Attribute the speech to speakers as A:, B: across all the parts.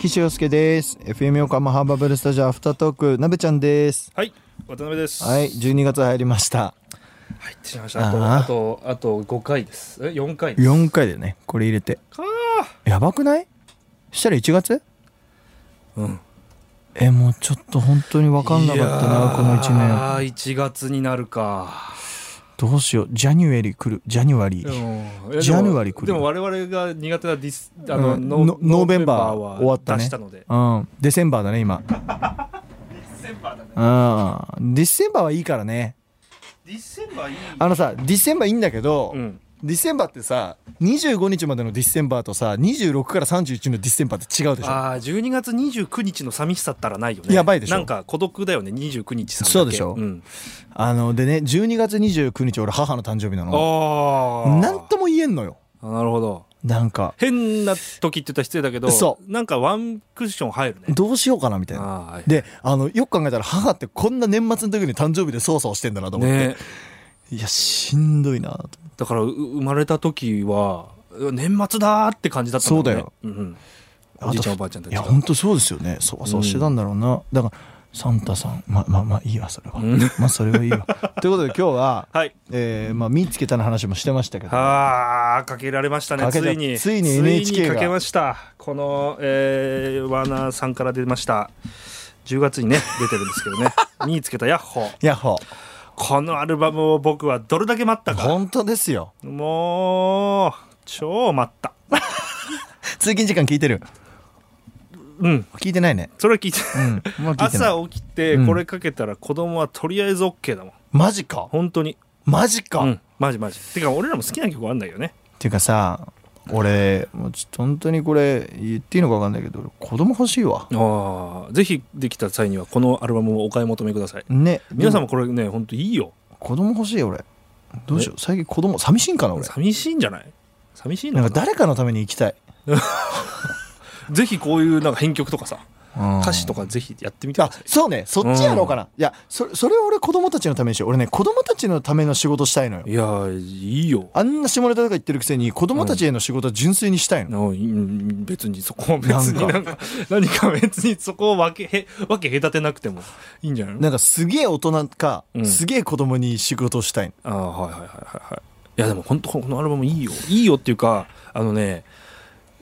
A: 岸洋介です FM 横浜ハーバーブルスタジオアフタートークなべちゃんです
B: はい、渡辺です。
A: はい12月入りました
B: 入ってしまいました。あと、
A: あー
B: あと、あと5回です。え、4回です。
A: 4回だよねこれ入れて
B: か
A: やばくないしたら1月
B: うん。
A: えもうちょっと本当に分かんなかったなこの1
B: ああ、1月になるか。
A: 年どうしようジャニュエリ来るジャニュアリ
B: うん
A: ー
B: いやでも
A: ジャヌアリ来る
B: でも我々が苦手なディス、あ
A: う
B: の、
A: ん
B: ノ
A: ノノーベンバー
B: ノ
A: 終わったね
B: 出したので。
A: うんデセンバーだね今うんディセンバーはいいからね
B: ディセンバーいい。
A: あのさディセンバーいいんだけど、
B: うん。
A: ディセンバーってさ25日までのディセンバーとさ26から31のディセンバーって違うでしょ
B: ああ、12月29日の寂しさったらないよね。
A: やばいでしょ
B: なんか孤独だよね、29日さんだけ。
A: そうでしょ
B: ん。
A: あのでね12月29日俺母の誕生日なの
B: ああ。
A: なんとも言えんのよ
B: あ。なるほど。
A: なんか
B: 変な時って言ったら失礼だけど、
A: そう
B: なんかワンクッション入るね。
A: どうしようかなみたいな
B: あーはい
A: であのよく考えたら母ってこんな年末の時に誕生日で操作をしてんだなと思って、
B: ね
A: いやしんどいなと
B: だからう生まれた時はう年末だーって感じだったんね、
A: そ
B: うんうん、
A: あと
B: おじいちゃんおばあちゃんた
A: い
B: ち
A: や
B: が
A: 本当そうですよねそわそわしてたんだろうな、だからサンタさんままあまあいいわそれは、
B: うん
A: まあそれはい いわということで今日は、
B: はい
A: えーまあ、見つけたの話もしてましたけど
B: あーかけられましたね
A: か
B: つ
A: けた
B: いに
A: ついに NHK が
B: ついにかけましたこの、えーワーナーさんから出ました10月にね出てるんですけど ね「見つけたヤッホー
A: ヤッホー」
B: このアルバムを僕はどれだけ待ったか
A: 本当ですよ
B: もう超待った
A: 通勤時間聞いてる
B: うん
A: 聞いてないね
B: それは聞いて
A: うんまあ聞いてない
B: 朝起きてこれかけたら子供はとりあえず OK だもん
A: マジか
B: 本当に
A: マジか、
B: う
A: っ
B: ん、マジマジてか俺らも好きな曲あんだよね
A: ていうかさ俺もうちょっと本当にこれ言っていいのか分かんないけど俺子供欲しいわ
B: ああぜひできた際にはこのアルバムをお買い求めください
A: ね
B: 皆さん
A: も
B: もこれね本当いいよ
A: 子供欲しい俺どうしよう最近子供寂しいんかな俺
B: 寂しいんじゃない寂しい
A: な
B: の
A: ん
B: か
A: か
B: な
A: 誰かのために生きたい、
B: ぜひこういうなんか編曲とかさ
A: うん
B: 歌詞とかぜひやってみてく
A: あ
B: ださい
A: そうねそっちやろうかな、いやそそれを俺子供たちのためにしよう俺ね子供たちのための仕事したいのよ
B: いやーいいよ
A: あんな下ネタとか言ってるくせに子供たちへの仕事は純粋にしたいの、
B: あうん別にそこは別に
A: な
B: なんか 何か別にそこを分けへ分け隔てなくてもいいんじゃないの
A: なんかすげえ大人か、
B: うん
A: すげえ子供に仕事をしたい
B: あーはいはいはいはいはいいやでも本当このアルバムいいよいいよっていうかあのね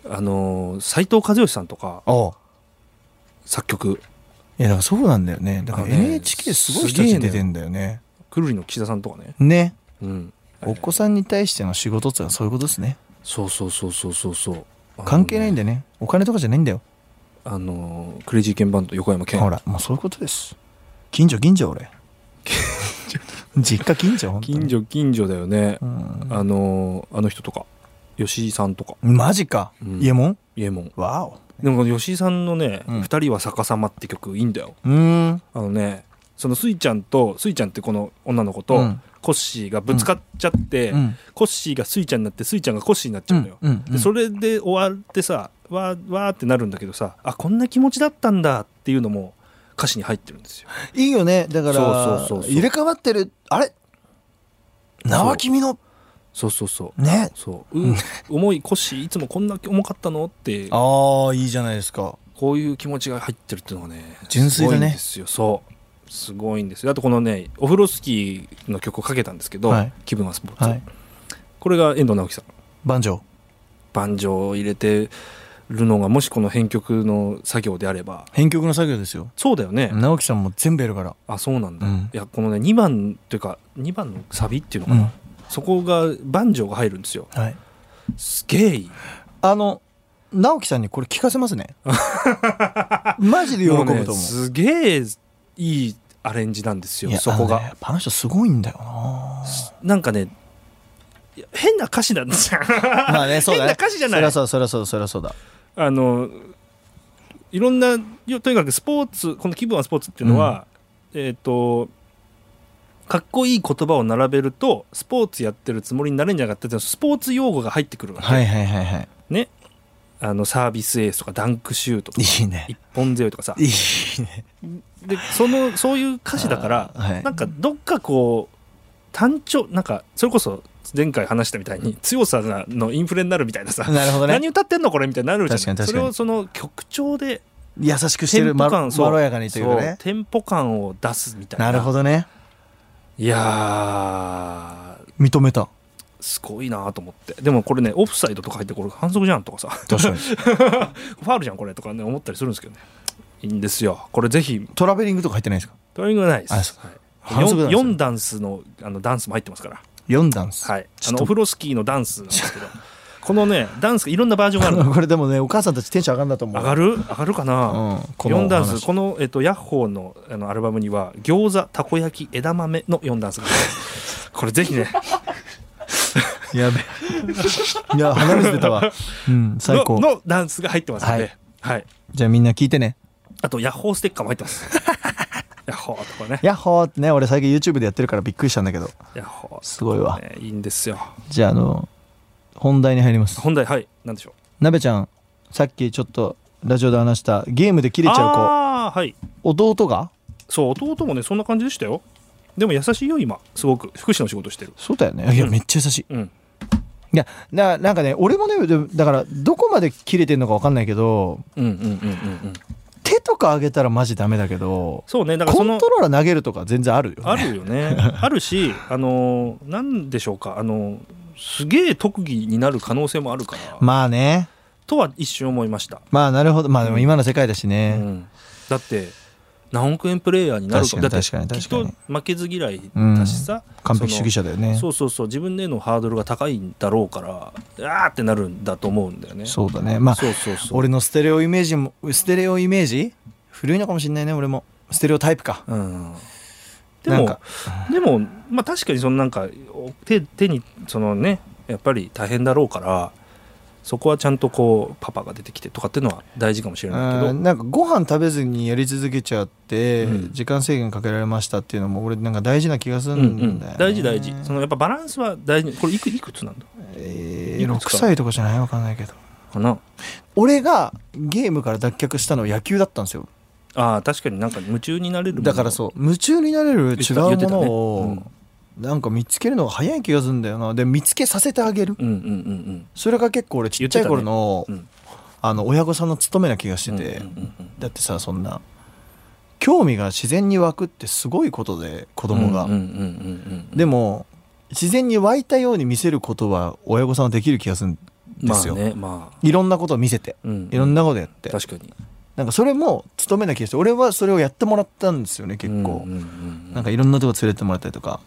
B: あの斎藤和義さんとか
A: ああ
B: 作曲
A: いやだからそうなんだよねだから
B: あのね
A: NHK すごい人たち出てんだよね
B: くるりの岸田さんとかね、
A: ね
B: うん、
A: お子さんに対しての仕事ってのはそういうことですね
B: そうそうそうそうそうそう
A: 関係ないん
B: だ
A: だよねお金とかじゃないんだよ
B: あのークレイジーケンバンド横山健
A: ほらもうそういうことです近所近所俺 実家近所本当に
B: 近所近所だよね、
A: うん
B: あのーあの人とか吉井さんとか
A: マジか、
B: うん
A: 家もん
B: 家も
A: わお
B: でも吉井さんのね「
A: うん
B: 二人は逆さま」って曲いいんだよ
A: うーん
B: あのねそのスイちゃんとスイちゃんってこの女の子と、
A: うん
B: コッシーがぶつかっちゃって、
A: うん
B: コッシーがスイちゃんになってスイちゃんがコッシーになっち
A: う
B: ゃうんのよ、
A: うん
B: でそれで終わってさわーわーってなるんだけどさあこんな気持ちだったんだっていうのも歌詞に入ってるんですよ
A: いいよねだから
B: そうそうそうそう
A: 入れ替わってるあれ縄君の
B: そうそうそう
A: ね
B: そうう重い腰いつもこんな重かったのって
A: ああいいじゃないですか
B: こういう気持ちが入ってるっていうのがね
A: 純粋だね
B: すごいんですよそうすごいんですよあとこのねオフロスキーの曲をかけたんですけど、
A: はい
B: 気分はスポーツ、
A: はい
B: これが遠藤直樹さん
A: 番長
B: 盤上を入れてるのがもしこの編曲の作業であれば
A: 編曲の作業ですよ
B: そうだよね、
A: 直樹さんも全部やるから
B: あそうなんだ、
A: うん
B: いやこのね2番というか2番のサビっていうのかな、そこが番上が入るんですよ
A: はい
B: すげえいい
A: あの直樹さんにこれ聞かせます ねマジで喜ぶと思う
B: もねすげえいいアレンジなんです
A: い
B: よ
A: や
B: そこ
A: あのね
B: が、
A: やっぱあの人すごいんだよな
B: なんかねいや変な歌詞なんですよ
A: まあねそうだね
B: 変な歌詞じゃない
A: そりゃそうそりゃそうそりゃそうだ
B: あのいろんなよとにかくスポーツこの「気分はスポーツ」っていうのは、えっ、とかっこいい言葉を並べるとスポーツやってるつもりになれんじゃなかったってスポーツ用語が入ってくるわけ、
A: はいはいはいは
B: ねあのサービスエースとかダンクシュートとか
A: い。いいね。
B: 一本背負いとかさ
A: いいね。
B: でそのそういう歌詞だから、
A: あーはい
B: なんかどっかこう単調なんかそれこそ前回話したみたいに強さがのインフレになるみたいなさ、
A: なるほどね
B: 何。歌ってんのこれみたいになるじゃん
A: 確かに確かに
B: それをその曲調で
A: 優しくして
B: テ
A: る、
B: ン
A: ま
B: ポ
A: ろ
B: 感そう
A: まろやかにというか
B: そう
A: ね。
B: テンポ感を出すみたいな
A: なるほどね。
B: いやー
A: 認めた。
B: すごいなと思ってでもこれねオフサイドとか入ってこれ反則じゃんとかさ
A: 確かに。
B: ファールじゃんこれとかね思ったりするんですけどねいいんですよこれぜひ
A: トラベリングとか入ってないですか
B: トレーニングはないです
A: あそう
B: はい
A: 反則なんですね
B: 4, ダンスのあのダンスも入ってますから、
A: ?4 ダンス。
B: はい、
A: ちょ
B: あ
A: っ
B: の
A: と
B: オフロスキーのダンスなんですけどこのねダンスがいろんなバージョンがある の
A: これでもね、お母さんたちテンション上がるんだと思う。
B: 上が
A: る。
B: る上がるか
A: う
B: な、
A: ん。このお
B: 4
A: 話
B: ダンスこの、えっとヤッホーのあのアルバムには餃子たこ焼き枝豆の4ダンスがあ りますこれぜひね
A: やべ。いや、鼻水出た わ。うん、最
B: の
A: 高。
B: のダンスが入ってますので、
A: は
B: はいい
A: じゃあみんな聞いてね。
B: あとヤッホーステッカーも入ってます ヤッホーとかね
A: ヤッホーってね、俺最近 YouTube でやってるからびっくりしたんだけど。
B: ヤッホー
A: すごいわ。
B: ねいいんですよ
A: じゃあ、あの、本題に入ります。
B: 本題はい何でしょう
A: なべちゃん、さっきちょっとラジオで話したゲームで切れちゃう
B: ああーはい
A: 子、弟が
B: そう弟もねそんな感じでしたよでも優しいよ今すごく福祉の仕事してる
A: そうだよね。いや、
B: うん
A: めっちゃ優しい。
B: うん
A: いやななんかね俺もねでもだからどこまで切れてんのか分かんないけど
B: うんうんうんうんうん
A: 手とか上げたらマジダメだけど
B: そうねだから
A: コ
B: そ
A: ン
B: の
A: トローラー投げるとか全然あるよ、ね、
B: あるよねあるしあのーなんでしょうかあのーすげえ特技になる可能性もあるから、
A: まあね
B: とは一瞬思いました、
A: まあなるほどまあでも今の世界だし
B: う
A: ね、
B: ん、だって何億円プレイヤーになる
A: 確かに
B: だって
A: 確かに
B: きっと
A: 確
B: 負けず嫌いだしさ、
A: 完璧主義者だよね
B: そ
A: そ
B: のそうそうそう自分でのハードルが高いんだろうからあーってなるんだと思うんだよね
A: うだねまあ
B: そうそうそう
A: 俺のステレオイメージもステレオイメージ古いのかもしれないね俺もステレオタイプか
B: うんで
A: なん
B: も
A: か
B: でも、まあ、確かにそのなんかお手手にそのねやっぱり大変だろうからそこはちゃんとこうパパが出てきてとかっていうのは大事かもしれないけ
A: う
B: ど
A: んなんかご飯食べずにやり続けちゃって、
B: うん
A: 時間制限かけられましたっていうのも俺なんか大事な気がする
B: うんうんん
A: だよ、ね
B: 大事大事そのやっぱバランスは大事これいくいくつなんだ
A: え
B: い
A: ー、
B: く
A: 6
B: つか
A: 歳とかじゃないわかんないけど
B: かな
A: 俺がゲームから脱却したのは野球だったんですよ
B: ああ確かになんか夢中になれるもの
A: だからそう夢中になれる違うも
B: 言ってた
A: の
B: ね
A: をなんか見つけるのが早い気がするんだよなで見つけさせてあげる
B: うんうんうん
A: それが結構俺ちっちゃい頃の,、
B: 言って
A: あの親御さんの務めな気がし
B: う
A: て
B: ん
A: て、
B: うんうんうん
A: だってさそんな興味が自然に湧くってすごいことで子供が、
B: うんうんうんうんうん
A: でも自然に湧いたように見せることは親御さんはできる気がするんですよ、
B: まあねまあ
A: いろんなことを見せて
B: うん
A: いろんなことやって、
B: 確かに
A: なんかそれも務めな気がして俺はそれをやってもらったんですよね結構、
B: うんうんうん
A: なんかいろんなとこ連れてってもらったりとか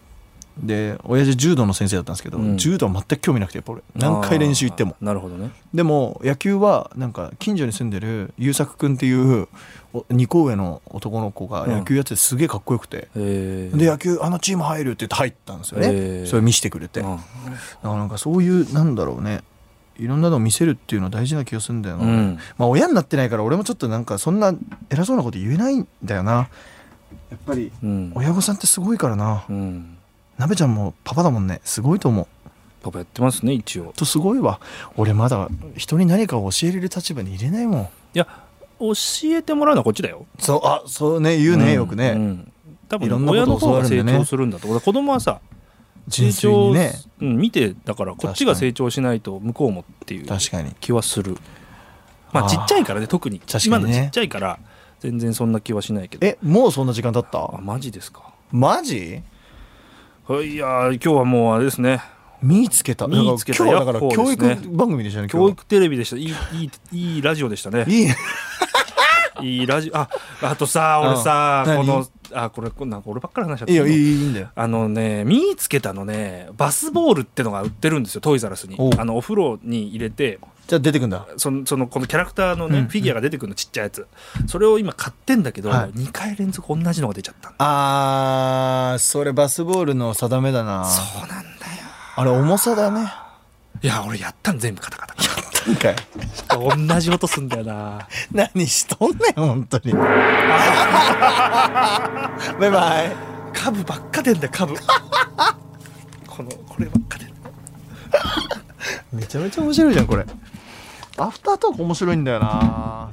A: で親父柔道の先生だったんですけど、
B: うん
A: 柔道は全く興味なくてやっぱ俺何回練習行っても
B: あーなるほどね
A: でも野球はなんか近所に住んでる優作君っていうお二個上の男の子が野球やっててすげえかっこよくて、
B: え
A: で野球あのチーム入るって言って入ったんですよね、
B: えー
A: それ見せてくれて、だからなんかそういうなんだろうねいろんなのを見せるっていうのは大事な気がするんだよな、
B: うん
A: まあ親になってないから俺もちょっとなんかそんな偉そうなこと言えないんだよなやっぱり
B: うん
A: 親御さんってすごいからな、
B: うん
A: なべちゃんもパパだもんねすごいと思う
B: パパやってますね一応
A: ほんとすごいわ俺まだ人に何かを教えれる立場にいれないもん
B: いや教えてもらうのはこっちだよ
A: そうあそうね言うね、
B: ん
A: よくね、
B: うん多
A: いろん
B: 分
A: な
B: 親
A: こ
B: の
A: とを教わる
B: 方が
A: んでね
B: 成長するんだとだから子供はさ成
A: 純粋に
B: 長、
A: ね
B: うん、見てだからこっち
A: 確か
B: が
A: に
B: 成長しないと向こうもっていう
A: 確かに
B: 気はするま
A: あ
B: あ
A: ー
B: ちっちゃいからね特に
A: 確か
B: 今
A: に
B: の
A: ね
B: ちっちゃいから全然そんな気はしないけど
A: えもうそんな時間経っ
B: あ
A: た
B: マジですか
A: マジ
B: はいいやー今日はもうあれですね
A: 見つけただから
B: 見つけた
A: 今日はだから
B: ヤッホ
A: 教
B: ーですね
A: 育番組でしたね今
B: 教
A: 日
B: 育テレビでしたいいいいいいラジオでしたね
A: いいね
B: いいラジオああとさ俺さ
A: うん
B: このあこれこんなんか俺ばっかり話しちゃ
A: い
B: った
A: いよいいいいんだよ
B: あのね、見つけたのね、バスボールってのが売ってるんですよ、トイザらスに
A: おう。
B: あのお風呂に入れて、
A: じゃあ出てくんだ
B: そのそのこのキャラクターのね、
A: うん
B: フィギュアが出てくるの、ちっちゃいやつ。それを今買ってんだけど、
A: はい
B: 2回連続同じのが出ちゃったんだ
A: あーそれバスボールの定めだな
B: そうなんだよ。
A: あれ重さだね
B: いや、俺やったん、全部カタカタカタ。
A: んかい
B: 同じ音すんだよ な。
A: 何しとんねん本当に バイバイ
B: カブばっかでんだよカブ。 このこればっかでんだ。
A: めちゃめちゃ面白いじゃんこれアフタートーク面白いんだよな